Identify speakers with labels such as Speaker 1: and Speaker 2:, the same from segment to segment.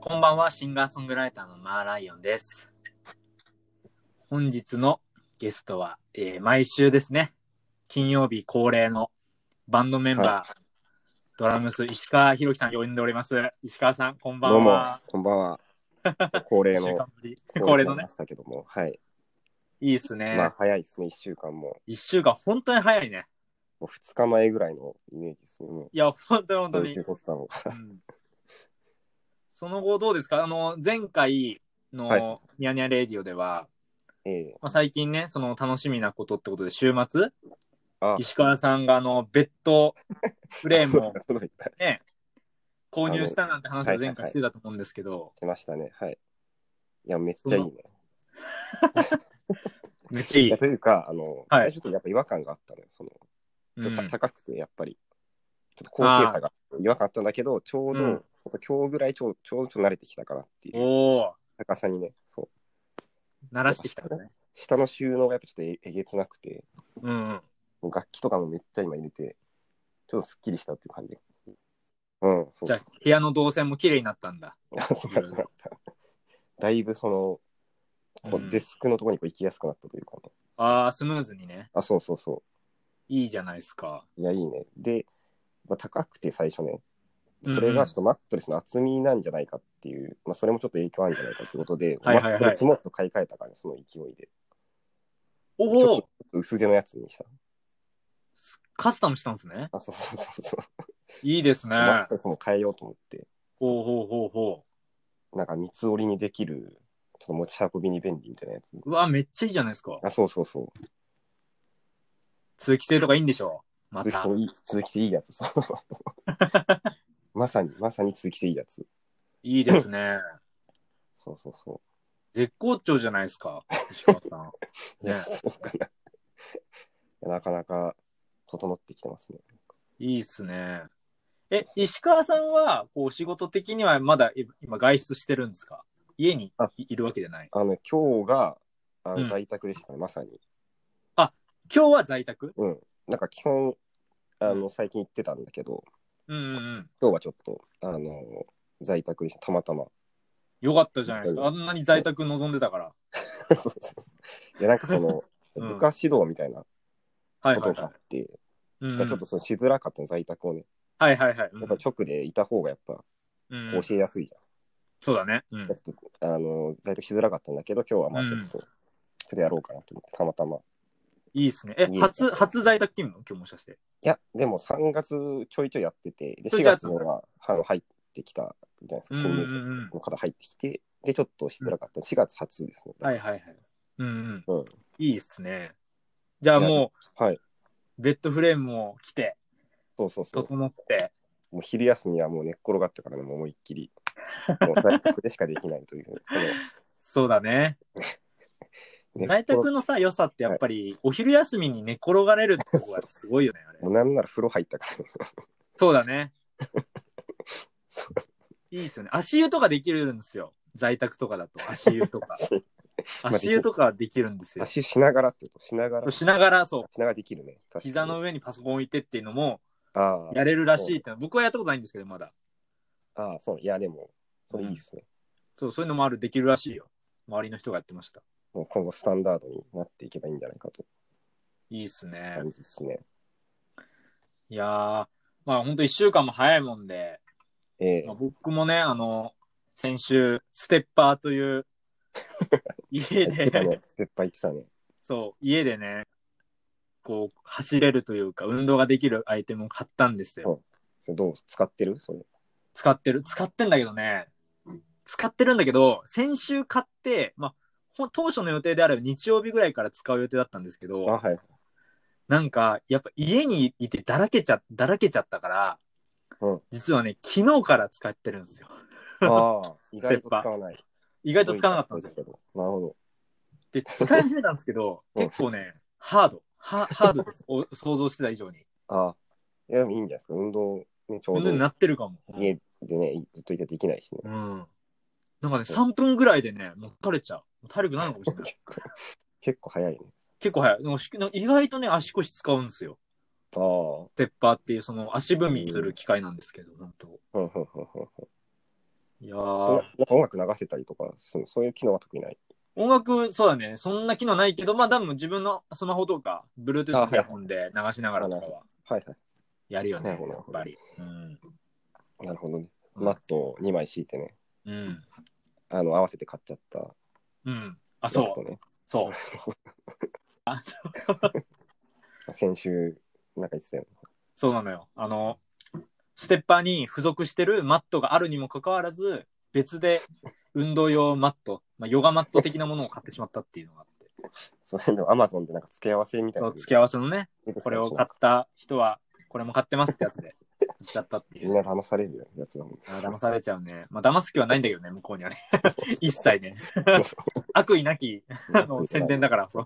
Speaker 1: こんばんは、シンガーソングライターのマーライオンです。本日のゲストは、えー毎週ですね、金曜日恒例のバンドメンバー、ドラムス、石川博樹さん呼んでおります。石川さん、こんば
Speaker 2: どうんも
Speaker 1: は。、
Speaker 2: こんばんは。 恒例
Speaker 1: 一週
Speaker 2: の
Speaker 1: 間、ぶり。恒例の
Speaker 2: に
Speaker 1: ね
Speaker 2: なりま、したけども、はい。
Speaker 1: いいっすね。
Speaker 2: まあ、早いですね、1週間も。
Speaker 1: 一週間、本当に早いね。
Speaker 2: もう2日前ぐらいのイメージですね。もう
Speaker 1: いや、本当に本当
Speaker 2: どう
Speaker 1: に
Speaker 2: いう。ことしたのか。
Speaker 1: うんその後どうですかあの、前回
Speaker 2: はい
Speaker 1: のニャニャレディオでは、
Speaker 2: ええ
Speaker 1: まあ、最近ね、その楽しみなことってことで、週末、
Speaker 2: あ
Speaker 1: 石川さんがあの、ベッドフレー ムを
Speaker 2: 届いた。
Speaker 1: ね、購入したなんて話を
Speaker 2: はいはいは
Speaker 1: 前
Speaker 2: い
Speaker 1: 回してたと思うんですけど、
Speaker 2: 来ましたね、はい。いや、めっちゃいいね。
Speaker 1: めっちゃい
Speaker 2: い
Speaker 1: い
Speaker 2: や。というか、あの、
Speaker 1: はい
Speaker 2: 最初ちょっとやっぱ違和感があったのよ。その、ちょっと
Speaker 1: うん
Speaker 2: 高くて、やっぱり、ちょっと高低差が違和感あったんだけど、ちょうど、
Speaker 1: うん
Speaker 2: ちょっと今日ぐらいちょうちょうどちょっと慣れてきたかなっていう
Speaker 1: おー、
Speaker 2: 高さにね、そう。
Speaker 1: 鳴らしてきたんだね。
Speaker 2: 下の収納がやっぱちょっとええげつなくて、
Speaker 1: うんうん。
Speaker 2: もう楽器とかもめっちゃ今入れて、ちょっとすっきりしたっていう感じ。うん、そう。
Speaker 1: じゃあ、部屋の動線も綺麗になったんだ。
Speaker 2: あ そうなったなっただいぶその、こ
Speaker 1: う
Speaker 2: うんデスクのところにこう行きやすくなったというかね。
Speaker 1: ああ、スムーズにね。
Speaker 2: あ、そうそうそ
Speaker 1: いいじゃないですか。
Speaker 2: う。いや、いいね。で、まあ、高くて最初ね。
Speaker 1: うんうん
Speaker 2: それがちょっとマットレスの厚みなんじゃないかっていう、まあ、それもちょっと影響あるんじゃないかということで、
Speaker 1: はいはいはい
Speaker 2: マットレスもっと買い替えたからね、その勢いで。ち
Speaker 1: お
Speaker 2: ょっ
Speaker 1: お
Speaker 2: と薄手のやつにした。
Speaker 1: カスタムしたんですね。
Speaker 2: あ、そうそうそうそう。
Speaker 1: いいですね。
Speaker 2: マットレスも変えようと思って。
Speaker 1: ほうほうほうほ
Speaker 2: なんか三つ折りにできる、ちょっと持ち運びに便利みたいなやつ。
Speaker 1: う。うわ、めっちゃいいじゃないですか。
Speaker 2: あ、そうそうそう。
Speaker 1: 通気性とかいいんでしょうま
Speaker 2: 通気
Speaker 1: た
Speaker 2: 性。いい、通気性いいやつ。そうそうそう。 まさに、まさに通気性いいやつ。
Speaker 1: いいですね。
Speaker 2: そうそうそ
Speaker 1: 絶好調じゃないですか。石川さん。
Speaker 2: う。いや、
Speaker 1: ね
Speaker 2: そうかな。いやなかなか整ってきてますね。
Speaker 1: いいっすね。え、石川さんは、こう、仕事的にはまだい今外出してるんですか家に
Speaker 2: あ
Speaker 1: いいるわけじゃない。
Speaker 2: あの、今日が、あ
Speaker 1: う
Speaker 2: の
Speaker 1: ん
Speaker 2: 在宅でしたね、まさに。
Speaker 1: 今日は在宅
Speaker 2: うん。なんか基本、あ
Speaker 1: う
Speaker 2: の、最近行ってたんだけど、
Speaker 1: うんうんうん。
Speaker 2: 今日はちょっと、あの、在宅でした、たまたま。
Speaker 1: よかったじゃないですか。あんなに在宅望んでたから。
Speaker 2: そうそう。いや、なんかそ
Speaker 1: うん
Speaker 2: の、部下指導みたいな
Speaker 1: はいは
Speaker 2: こと
Speaker 1: い
Speaker 2: があ
Speaker 1: は
Speaker 2: っ
Speaker 1: い。
Speaker 2: て、
Speaker 1: うん
Speaker 2: だからちょっとそのしづらかったの在宅をね、
Speaker 1: はいはいはい。
Speaker 2: やっぱ直でいた方がやっぱ
Speaker 1: うんうん
Speaker 2: 教えやすいじ
Speaker 1: そうだね。うん
Speaker 2: ゃん。ちょっとあの在宅しづらかったんだけど、今日はまあ
Speaker 1: うん
Speaker 2: ちょっと、それやろうかなと思って、たまたま。い
Speaker 1: いいっすね。え
Speaker 2: いい、ね
Speaker 1: 初、初在宅勤務今日もしかして。
Speaker 2: や、でも3月ちょいちょいやってて、で
Speaker 1: ちょいちょ
Speaker 2: 4
Speaker 1: いやって
Speaker 2: 月
Speaker 1: た
Speaker 2: にはあの入ってきたじゃないですか、
Speaker 1: うんう
Speaker 2: 新
Speaker 1: ん
Speaker 2: 入
Speaker 1: うん
Speaker 2: 社。の方入ってきて、で、ちょっとしづらかった、4月初ですね。
Speaker 1: はいはいはい。うんうん。
Speaker 2: うん
Speaker 1: いいっすね。じゃあも
Speaker 2: はい、
Speaker 1: う、ベッドフレームを着て、
Speaker 2: そうそうそう。
Speaker 1: 整って、
Speaker 2: もう昼休みはもう寝っ転がってからね、もう思いっき り、もう在宅でしかできないという。この
Speaker 1: そうだね。
Speaker 2: 寝っ
Speaker 1: 在
Speaker 2: 転
Speaker 1: 宅のさ、良さってやっぱり、お昼休みに寝転がれるってとこがすごいよね、 あれ
Speaker 2: も。うなんなら風呂入ったから、ね、
Speaker 1: そうだ ね。
Speaker 2: そう
Speaker 1: いいっすよね。足湯とかできるんですよ。在宅とかだと、 足湯とか。足湯とかできるんですよ。
Speaker 2: 足しながらってこと、しながら、し
Speaker 1: しながら、そう、
Speaker 2: ながらできるね。確かに
Speaker 1: 膝の上にパソコン置いてっていうのも、
Speaker 2: あ
Speaker 1: やれるらしいってのは、僕はやったことないんですけど、まだ。
Speaker 2: あ、ああ、そう、いや、でも、それいいっすね。
Speaker 1: そう、そういうのもある、できるらしいよ。周りの人がやってました。
Speaker 2: もう今後スタンダードになっていけばいいんじゃないかと
Speaker 1: いいっすね
Speaker 2: 感。じですね。
Speaker 1: いやー、まあ本当一週間も早いもんで、
Speaker 2: ええ
Speaker 1: まあ、僕もね、あの、先週、ステッパーと いう、家
Speaker 2: 言ってた
Speaker 1: で、
Speaker 2: ね、ステッパー行ってたね。
Speaker 1: そう、家でね、こう、走れるというか、運動ができるアイテムを買ったんですよ。
Speaker 2: それどう使ってるそれ。
Speaker 1: 使ってる。使ってんだけどね、使ってるんだけど、先週買って、まあ、ほ当初の予定であれば日曜日ぐらいから使う予定だったんですけ
Speaker 2: あ、
Speaker 1: ど、
Speaker 2: はい。
Speaker 1: なんか、やっぱ家にいてだらけちゃ、だらけちゃったから、
Speaker 2: うん
Speaker 1: 実はね、昨日から使ってるんですよ。
Speaker 2: ああ、意外と使わない。
Speaker 1: 意
Speaker 2: 意
Speaker 1: 外と使わなかったんですよ。
Speaker 2: けど。なるほど。
Speaker 1: で、使い始めたんですけど、
Speaker 2: うん
Speaker 1: 結構ね、ハード。はハードです。お想像してた以上 に。
Speaker 2: ああ。いや、でもいいんじゃないですか。運動、ね、ちょ
Speaker 1: こ
Speaker 2: うん
Speaker 1: な
Speaker 2: ど
Speaker 1: になってるかも。
Speaker 2: 家でね、ずっといてできな いしね。
Speaker 1: うん。なんかね、3分ぐらいでね、もう疲れちゃう。もう体力ないのかもしれない。
Speaker 2: 結構早いね。
Speaker 1: 結構早い。でもし意外とね、足腰使うんですよ。
Speaker 2: ああ。ほ
Speaker 1: ステッパーっていう、その足踏みする機械なんですけど、本当
Speaker 2: んほんほんほんほん
Speaker 1: いや
Speaker 2: そ
Speaker 1: ー
Speaker 2: んななんか音楽流せたりとか、そうそういう機能は特にない。
Speaker 1: 音楽、そうだね。そんな機能ないけど、まあ、多分自分のスマホとか、Bluetooth のイヤホンで流しながらとかは
Speaker 2: はいは
Speaker 1: やるよね、
Speaker 2: な
Speaker 1: や
Speaker 2: るほど
Speaker 1: っぱり。うん。
Speaker 2: い。なるほどね。マットを2枚敷いてね、
Speaker 1: うん。
Speaker 2: あの合わせて買っちゃった
Speaker 1: うん。あ、
Speaker 2: やつ
Speaker 1: そう。
Speaker 2: とね、
Speaker 1: そう。
Speaker 2: 先週、なんか言ってたよね。
Speaker 1: そうなのよ。あの、ステッパーに付属してるマットがあるにもかかわらず、別で運動用マット、まあ、ヨガマット的なものを買ってしまったっていうのがあ って。
Speaker 2: それでもアマゾンでなんか付け合わせみたい
Speaker 1: そ
Speaker 2: な
Speaker 1: う、付け合わせのね、
Speaker 2: け
Speaker 1: これを買った人は、これも買ってますってやつで、買っちゃったってい
Speaker 2: みん
Speaker 1: う。
Speaker 2: な騙されるよやつだもん。
Speaker 1: あー騙されちゃうね。まあ、騙す気はないんだけどね、向こうにはね。 一切ね。
Speaker 2: そうそ
Speaker 1: 悪意なき、
Speaker 2: う
Speaker 1: あ の、宣伝だから、そ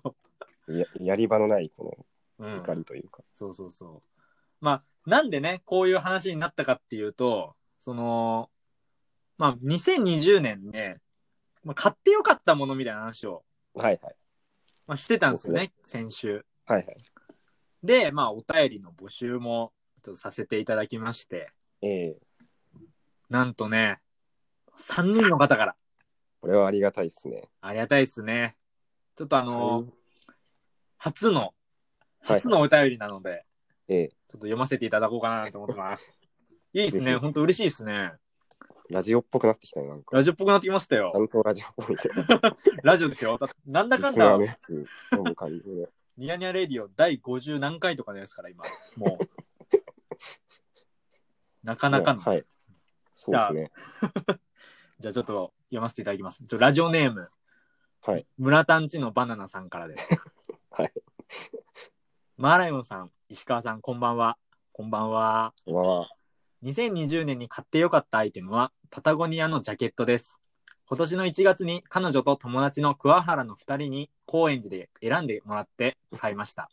Speaker 1: う。
Speaker 2: ややり場のないこ
Speaker 1: う
Speaker 2: の
Speaker 1: ん。
Speaker 2: 怒りというか。
Speaker 1: そうそうそう。まあ、なんでね、こういう話になったかっていうと、その、まあ、2020年ね、まあ、買ってよかったものみたいな話を、
Speaker 2: はいはい。
Speaker 1: まあ、してたんですよね、先週。
Speaker 2: はいはい。
Speaker 1: で、まあ、お便りの募集も、ちょっとさせていただきまして、
Speaker 2: ええ
Speaker 1: なんとね、3人の方から、
Speaker 2: これはありがたいですね。
Speaker 1: ありがたいですね。ちょっとあの、初の、
Speaker 2: はい
Speaker 1: 初のお便りなので、
Speaker 2: ええ
Speaker 1: ちょっと読ませていただこうかなと思ってます。 いいです
Speaker 2: ぜ
Speaker 1: ね。
Speaker 2: ひ
Speaker 1: ほんと嬉しいですね。
Speaker 2: ラジオっぽくなってきたよ、なんか。
Speaker 1: ラジオっぽくなってきましたよ
Speaker 2: ちゃ。んとラジオっぽいで。
Speaker 1: ラジオですよ。だなんだか
Speaker 2: リ
Speaker 1: ん
Speaker 2: スナー
Speaker 1: だ
Speaker 2: の、やつ読む感じで。
Speaker 1: ニヤニヤレディオ第50何回とかのやつから、今。も う。なかなかの。
Speaker 2: はい。そうですね。
Speaker 1: じゃあちょっと読ませていただきます。ちょラジオネーム、
Speaker 2: はい。
Speaker 1: 村田んちのバナナさんからです。
Speaker 2: はい。
Speaker 1: マーライオンさん、石川さん、こんばんは。こんばんは。
Speaker 2: わあ。
Speaker 1: 2020年に買ってよかったアイテムはパタゴニアのジャケットです。今年の1月に彼女と友達の桑原の2人に高円寺で選んでもらって買いました。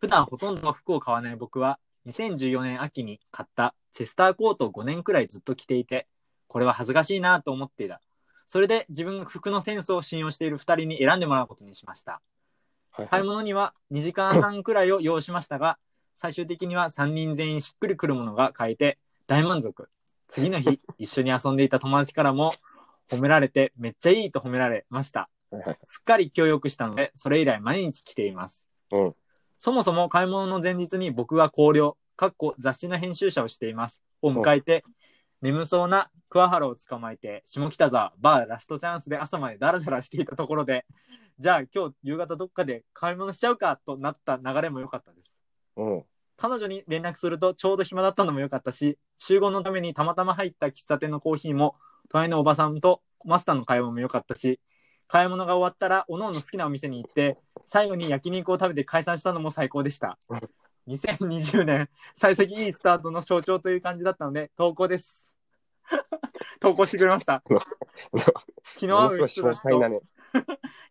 Speaker 1: 普段ほとんど服を買わない僕は2014年秋に買ったチェスターコートを5年くらいずっと着ていて、これは恥ずかしいなと思っていた。それで自分が服のセンスを信用している2人に選んでもらうことにしました。
Speaker 2: はいは
Speaker 1: 買い
Speaker 2: い。
Speaker 1: 物には2時間半くらいを要しましたが、最終的には3人全員しっくりくるものが買えて大満足。次の日、一緒に遊んでいた友達からも褒められて、めっちゃいいと褒められました。
Speaker 2: はいはい
Speaker 1: すっかり協力したので、それ以来毎日着ています。
Speaker 2: うん。
Speaker 1: そもそも買い物の前日に僕が考慮、かっこ雑誌の編集者をしています。を迎えて、眠そうな桑原を捕まえて、下北沢バーラストチャンスで朝までダラダラしていたところで、じゃあ今日夕方どっかで買い物しちゃうかとなった流れも良かったです。
Speaker 2: うん。
Speaker 1: 彼女に連絡するとちょうど暇だったのも良かったし、集合のためにたまたま入った喫茶店のコーヒーも、隣のおばさんとマスターの会話も良かったし、買い物が終わったら、おのおの好きなお店に行って、最後に焼肉を食べて解散したのも最高でした。2020年、最先いいスタートの象徴という感じだったので、投稿です。投稿してくれました。気の
Speaker 2: も
Speaker 1: 合
Speaker 2: の
Speaker 1: う
Speaker 2: すご
Speaker 1: 人た
Speaker 2: い詳
Speaker 1: ち
Speaker 2: 細
Speaker 1: と
Speaker 2: なね。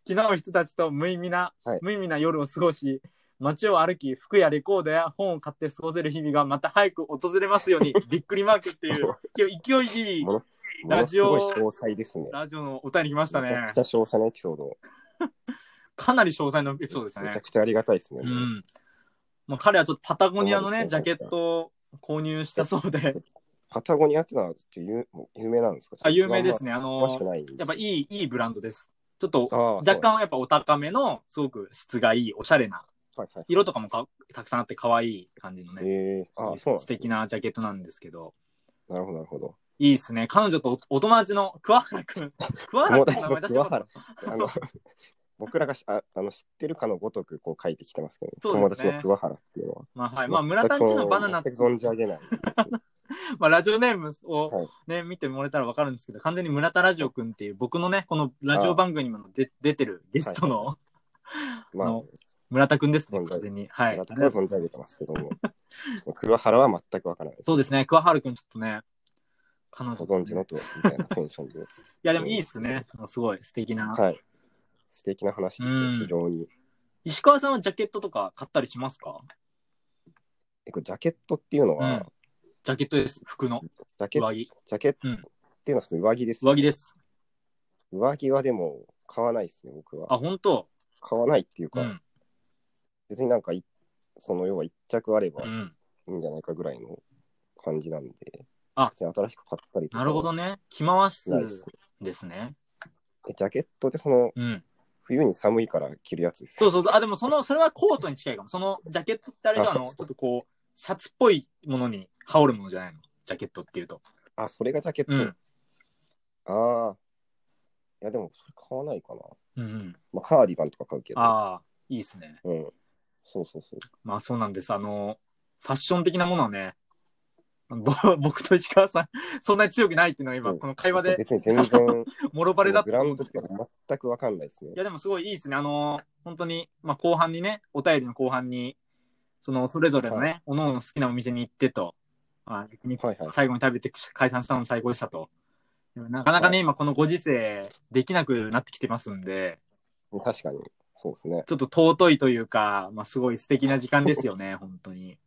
Speaker 1: 気の合う人たちと無意味な、
Speaker 2: はい
Speaker 1: 無意味な夜を過ごし、街を歩き、服やレコードや本を買って過ごせる日々がまた早く訪れますよう に、びっくりマークっていう、今日勢いいい
Speaker 2: ものも
Speaker 1: ラ
Speaker 2: の
Speaker 1: ジ
Speaker 2: す
Speaker 1: オ
Speaker 2: ごい詳細ですね。
Speaker 1: ラジオのお便り来ました
Speaker 2: めちゃ
Speaker 1: ね
Speaker 2: くち。ゃ詳細なエピソード。
Speaker 1: かなり詳細なエピソードでした
Speaker 2: めちゃ
Speaker 1: ね。
Speaker 2: くちゃありがたいですね
Speaker 1: う。ん。まあ、彼はちょっとパタゴニアの
Speaker 2: そう
Speaker 1: ね、
Speaker 2: です
Speaker 1: ジャケットを購入したそうで、
Speaker 2: パタゴニアってのはちょっと有もう有名なんですか
Speaker 1: あ有名です
Speaker 2: ね。
Speaker 1: ね。あ
Speaker 2: 詳しく
Speaker 1: の、
Speaker 2: ないんです
Speaker 1: やっぱいい、いいブランドです。ちょっと、
Speaker 2: ああ
Speaker 1: 若干やっぱお高めの、すごく質がいい、おしゃれな、
Speaker 2: そうなんですはいはい。
Speaker 1: 色とかもかたくさんあって可愛い感じのね。
Speaker 2: ええああ、そうな
Speaker 1: 素
Speaker 2: んですね
Speaker 1: 敵なジャケットなんですけど、
Speaker 2: なるほど、なるほど。
Speaker 1: いいですね。彼女とおお友達の桑原く ん。桑原くんの名前出してもらった
Speaker 2: あの僕らがしああの知ってるかのごとくこう書いてきてますけど、
Speaker 1: そう
Speaker 2: 友
Speaker 1: です
Speaker 2: 達
Speaker 1: ね
Speaker 2: の桑原っていうのは。
Speaker 1: まあはい。まあ、村田んちのバナナって
Speaker 2: 全、く存じ上 げないですね。
Speaker 1: まあ、ラジオネーム
Speaker 2: は
Speaker 1: を
Speaker 2: い
Speaker 1: ね、見てもらえたらわかるんですけど、完全に村田ラジオくんっていう、僕のね、このラジオ番組にもで出てるゲストの
Speaker 2: まあ、
Speaker 1: あの村田くんですね、
Speaker 2: 存じ上
Speaker 1: 完
Speaker 2: げ
Speaker 1: 全に。はい
Speaker 2: 全。くは存じ上げてますけど も、桑原は全くわからないです。
Speaker 1: そうですね、桑原くんちょっとね、彼女
Speaker 2: ご存知のと、みたいなテンションで。
Speaker 1: いや、でもいいっすね。すごい素敵な。
Speaker 2: はい。素敵な話です
Speaker 1: うん
Speaker 2: よ、非常に。
Speaker 1: 石川さんはジャケットとか買ったりしますか
Speaker 2: えこれジャケットっていうの
Speaker 1: う
Speaker 2: は、
Speaker 1: んジャケットです、服の。
Speaker 2: ジャケ
Speaker 1: 上着。
Speaker 2: ジャケット
Speaker 1: うん
Speaker 2: っていうのは普通に上着です、。
Speaker 1: 上着ですす。
Speaker 2: 上着はでも買わないですね、僕は。
Speaker 1: あ、本当
Speaker 2: 買わないっていうか、
Speaker 1: うん。
Speaker 2: 別になんかい、その要は一着あれば
Speaker 1: う
Speaker 2: い
Speaker 1: ん。
Speaker 2: いんじゃないかぐらいの感じなんで、
Speaker 1: あ
Speaker 2: 別に新しく買ったりとか
Speaker 1: なるほどね。着回す
Speaker 2: ないですね。
Speaker 1: ですね。
Speaker 2: えジャケットってその
Speaker 1: うん。
Speaker 2: 冬に寒いから着るやつです
Speaker 1: そうそう。あ、でもその、それはコートに近いかも。そのジャケットってあれじゃんあの、
Speaker 2: あそう
Speaker 1: ち
Speaker 2: そ
Speaker 1: ょ
Speaker 2: う
Speaker 1: っとこう、シャツっぽいものに羽織るものじゃないのジャケットっていうと。
Speaker 2: あ、それがジャケット。
Speaker 1: うん。
Speaker 2: ああ。いや、でもそれ買わないかな。
Speaker 1: うんうん。
Speaker 2: まあ、カーディガンとか買うけど。
Speaker 1: ああ、いいですね。
Speaker 2: うん。そうそうそう。
Speaker 1: まあそうなんです。あの、ファッション的なものはね、ぼ僕と石川さん、そんなに強くないっていうのは今、
Speaker 2: うん
Speaker 1: この会話
Speaker 2: そう
Speaker 1: で、
Speaker 2: 別に全然、
Speaker 1: もろバレだっ
Speaker 2: そ
Speaker 1: たと思うん
Speaker 2: のグラウン
Speaker 1: で
Speaker 2: ド
Speaker 1: す
Speaker 2: と
Speaker 1: け
Speaker 2: か
Speaker 1: ど。い
Speaker 2: 全くわかんないですね。
Speaker 1: や、でもすごいいいですね。あの、本当に、まあ後半にね、お便りの後半に、その、それぞれのね、
Speaker 2: は
Speaker 1: おのおの好きなお店に行ってと、まあ、焼肉
Speaker 2: はいはい
Speaker 1: 最後に食べて解散したのも最高でしたと。でもなかなかね、今このご時世、できなくなってきてますんで、
Speaker 2: 確かに。そうですね。
Speaker 1: ちょっと尊いというか、まあすごい素敵な時間ですよね、本当に。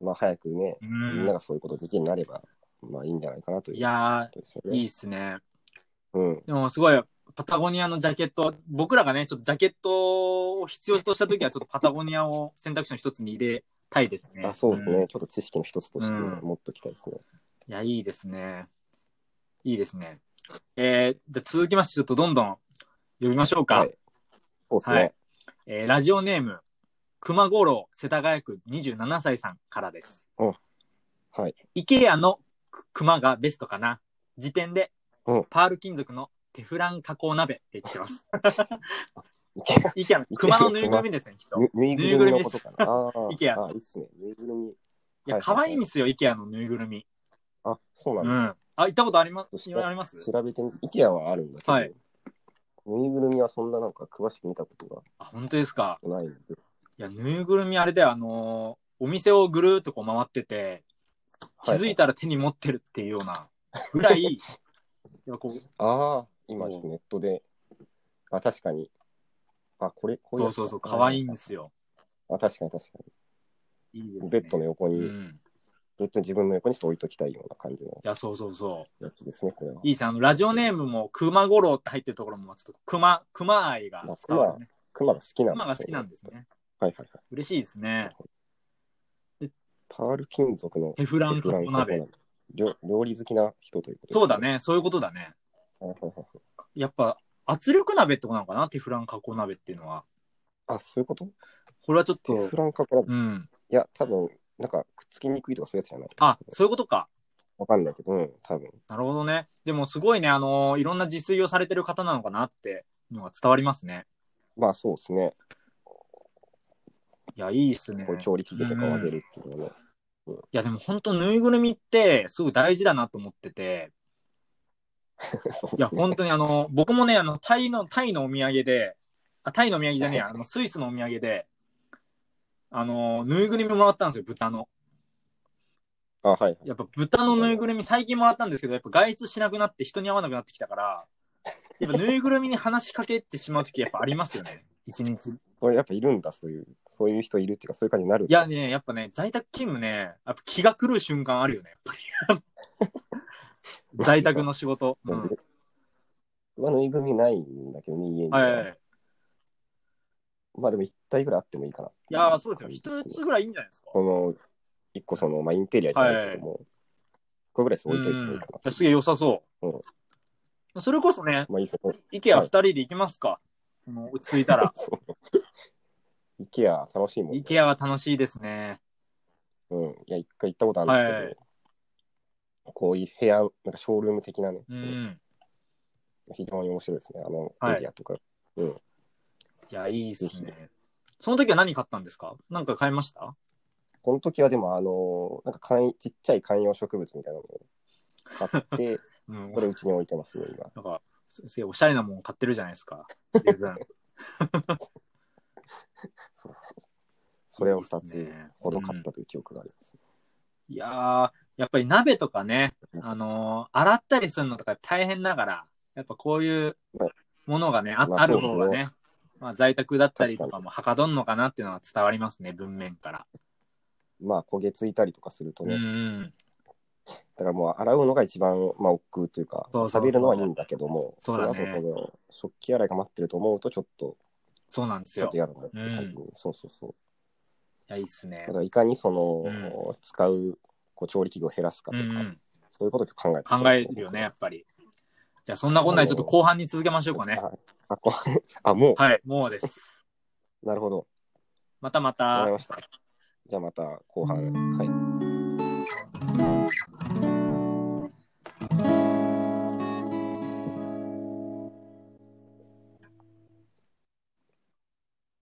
Speaker 2: まあ、早くね、
Speaker 1: う。
Speaker 2: みんなんがそういうことできるようになれば、まあいいんじゃないかなという。
Speaker 1: いや
Speaker 2: ことですよ
Speaker 1: ー、
Speaker 2: ね。
Speaker 1: いいっすね。
Speaker 2: うん。
Speaker 1: でもすごい、パタゴニアのジャケット、僕らがね、ちょっとジャケットを必要としたときは、ちょっとパタゴニアを選択肢の一つに入れたいですね。
Speaker 2: あそうですね、
Speaker 1: んい
Speaker 2: ちょっと知識の一つとして
Speaker 1: うん
Speaker 2: 持っときたいですね。
Speaker 1: や、いいですね。いいですね。えー、じゃあ続きまして、ちょっとどんどん呼びましょうか。
Speaker 2: はい。そうですね、
Speaker 1: はいえーラジオネーム、熊五郎世田谷区27歳さんからです。
Speaker 2: はい。
Speaker 1: IKEA のく熊がベストかな。時点で
Speaker 2: うん、
Speaker 1: パール金属のテフラン加工鍋って言ってます。
Speaker 2: いけ
Speaker 1: IKEA の熊のぬいぐるみですね、きっと。
Speaker 2: ぬぬいぐるみのことかな。あ
Speaker 1: いけや
Speaker 2: ーあ、いいっすね。ぬいぐるみ。
Speaker 1: いや、
Speaker 2: はいはい
Speaker 1: 可
Speaker 2: はい
Speaker 1: 愛いんですよ、IKEA のぬいぐるみ。
Speaker 2: あ、そうな
Speaker 1: うん
Speaker 2: だ。
Speaker 1: ん。あ、行ったことありま
Speaker 2: そし
Speaker 1: す
Speaker 2: たら
Speaker 1: あります
Speaker 2: 調べてみて、IKEA はあるんだけど、
Speaker 1: はい
Speaker 2: ぬいぐるみはそんななんか詳しく見たことが
Speaker 1: あ、本当ですか。
Speaker 2: ないんで、
Speaker 1: いや、ぬいぐるみあれだよ、あのーお店をぐるーっとこう回ってて、気
Speaker 2: はい
Speaker 1: づいたら手に持ってるっていうようなぐらい、い やこう
Speaker 2: ああ、今ちょっとネットで、あ、確かに。あ、これ、こ。
Speaker 1: そうそうそう、可愛いんですすよ。
Speaker 2: あ、確かに確か
Speaker 1: いいで
Speaker 2: に。
Speaker 1: すね。
Speaker 2: ベッドの横に、
Speaker 1: うん。
Speaker 2: ベッドの自分の横にちょっと置いときたいような感じの
Speaker 1: いや、そうそうそう。
Speaker 2: やつですね、これは。
Speaker 1: いいですね。あの、ラジオネームも、熊五郎って入ってるところも、ちょっと熊、熊愛が伝わるね。
Speaker 2: 熊が好きなんです
Speaker 1: 熊が好きなんです。ね。
Speaker 2: はいはいはい。
Speaker 1: 嬉しいですね。
Speaker 2: パール金属の
Speaker 1: テフラン加工鍋。
Speaker 2: 料料理好きな人ということですね
Speaker 1: そうだ。ね、そういうことだね。
Speaker 2: はいはいはい
Speaker 1: やっぱ圧力鍋ってことなのかなテフラン加工鍋っていうのは。
Speaker 2: あ、そういうこと
Speaker 1: これはちょっ
Speaker 2: テ
Speaker 1: と
Speaker 2: フ、ラン加工鍋。
Speaker 1: うん。
Speaker 2: いや、多分なんかくっつきにくいとかそういうやつじゃない。
Speaker 1: あ、そういうことか。
Speaker 2: わかんないけど、うん、多分
Speaker 1: なるほどね。でもすごいね、あのーいろんな自炊をされてる方なのかなってのが伝わりますね。
Speaker 2: まあそうですね。
Speaker 1: いや、いいっすね。
Speaker 2: こういう調理器具とかをあげるっていうのはね。
Speaker 1: いや、でも本当ぬいぐるみって、すごい大事だなと思ってて、
Speaker 2: そう
Speaker 1: い
Speaker 2: で
Speaker 1: や、
Speaker 2: すね。
Speaker 1: 本当にあの、僕もね、あの、タイの、タイのお土産で、あ、タイのお土産じゃねえや、あの、スイスのお土産で、あのー、ぬいぐるみもらったんですよ、豚の。
Speaker 2: あ、はいはい。
Speaker 1: やっぱ豚のぬいぐるみ最近もらったんですけど、やっぱ外出しなくなって人に会わなくなってきたから、やっぱぬいぐるみに話しかけてしまうときやっぱありますよね。 一日。い
Speaker 2: これやっぱいるんだ、そういう、そういう人いるっていうか、そういう感じになる。
Speaker 1: や、ね、やっぱね、在宅勤務ね、やっぱ気が狂う瞬間あるよね。やっぱ り在宅の仕事。う。
Speaker 2: うんん。まあ、ぬいぐるみないんだけどね、家には。
Speaker 1: はいはいはい。い
Speaker 2: まあでも一体ぐらいあってもいいかなってい
Speaker 1: やー、そうですよ。
Speaker 2: 感
Speaker 1: 一
Speaker 2: じですね
Speaker 1: つぐらいいいんじゃないですか。
Speaker 2: この、一個その、まあインテリアじゃないけども、これぐらい置いといてもい
Speaker 1: うんい
Speaker 2: いかな。
Speaker 1: やすげえ良さそう。それこそね、
Speaker 2: まあいいですよ。。
Speaker 1: IKEA 二人で行きますか。もう落ち着いたら
Speaker 2: そう。イケア楽しいもん、ね。
Speaker 1: IKEA は楽しいですね。
Speaker 2: うん。いや、一回行ったことあるんだけど、
Speaker 1: はいはい
Speaker 2: こういう部屋、なんかショールーム的なね、
Speaker 1: うん。
Speaker 2: 非常に面白いですね。あ
Speaker 1: はい
Speaker 2: の、エリアとか。
Speaker 1: いや、いいっす
Speaker 2: ぜひ
Speaker 1: ね。その時は何買ったんですかなんか買いました
Speaker 2: この時はでも、あの、なんか観葉ちっちゃい観葉植物みたいなのを買 って、
Speaker 1: うん。
Speaker 2: これうちに置いてますね、今。
Speaker 1: なんか、すすげえおしゃれなもん買ってるじゃないです か。十分。
Speaker 2: そうそうそうそれ
Speaker 1: い
Speaker 2: を2
Speaker 1: いっす
Speaker 2: つ
Speaker 1: ね
Speaker 2: ほど買ったという記憶があります。
Speaker 1: いやー、やっぱり鍋とかね、あのー洗ったりするのとか大変だから、やっぱこういう
Speaker 2: はい
Speaker 1: ものがね、あ
Speaker 2: まあ
Speaker 1: ある方が
Speaker 2: そうで
Speaker 1: ね、まあ在宅だったりと
Speaker 2: 確か
Speaker 1: かもはかどんのかなっていうのは伝わりますね、文面から。
Speaker 2: まあ、焦げついたりとかすると
Speaker 1: うん
Speaker 2: ね、
Speaker 1: うん。
Speaker 2: だからもう洗うのが一番、まあ、億劫というか
Speaker 1: そうそうそう
Speaker 2: 食べるのはいいんだけども、
Speaker 1: そうだね
Speaker 2: の後この食器洗いが待ってると思うと、ちょっと
Speaker 1: そうなんです
Speaker 2: ちょっ
Speaker 1: よ。い
Speaker 2: と嫌なんだって感じに、そうそうそう。
Speaker 1: や、いいっすね
Speaker 2: だ。からいかにその、
Speaker 1: うん
Speaker 2: 使うこう調理器具を減らすか
Speaker 1: う
Speaker 2: と
Speaker 1: ん
Speaker 2: か、
Speaker 1: うん、
Speaker 2: そういうことを考えて
Speaker 1: 考えるよね、やっぱり。じゃあ、そんなこんなでちょっと後半に続けましょうかね。
Speaker 2: ああこあもう、
Speaker 1: はい、もうです。
Speaker 2: なるほど。
Speaker 1: またま
Speaker 2: わか
Speaker 1: た
Speaker 2: り。ました。じゃあまた後半。はい。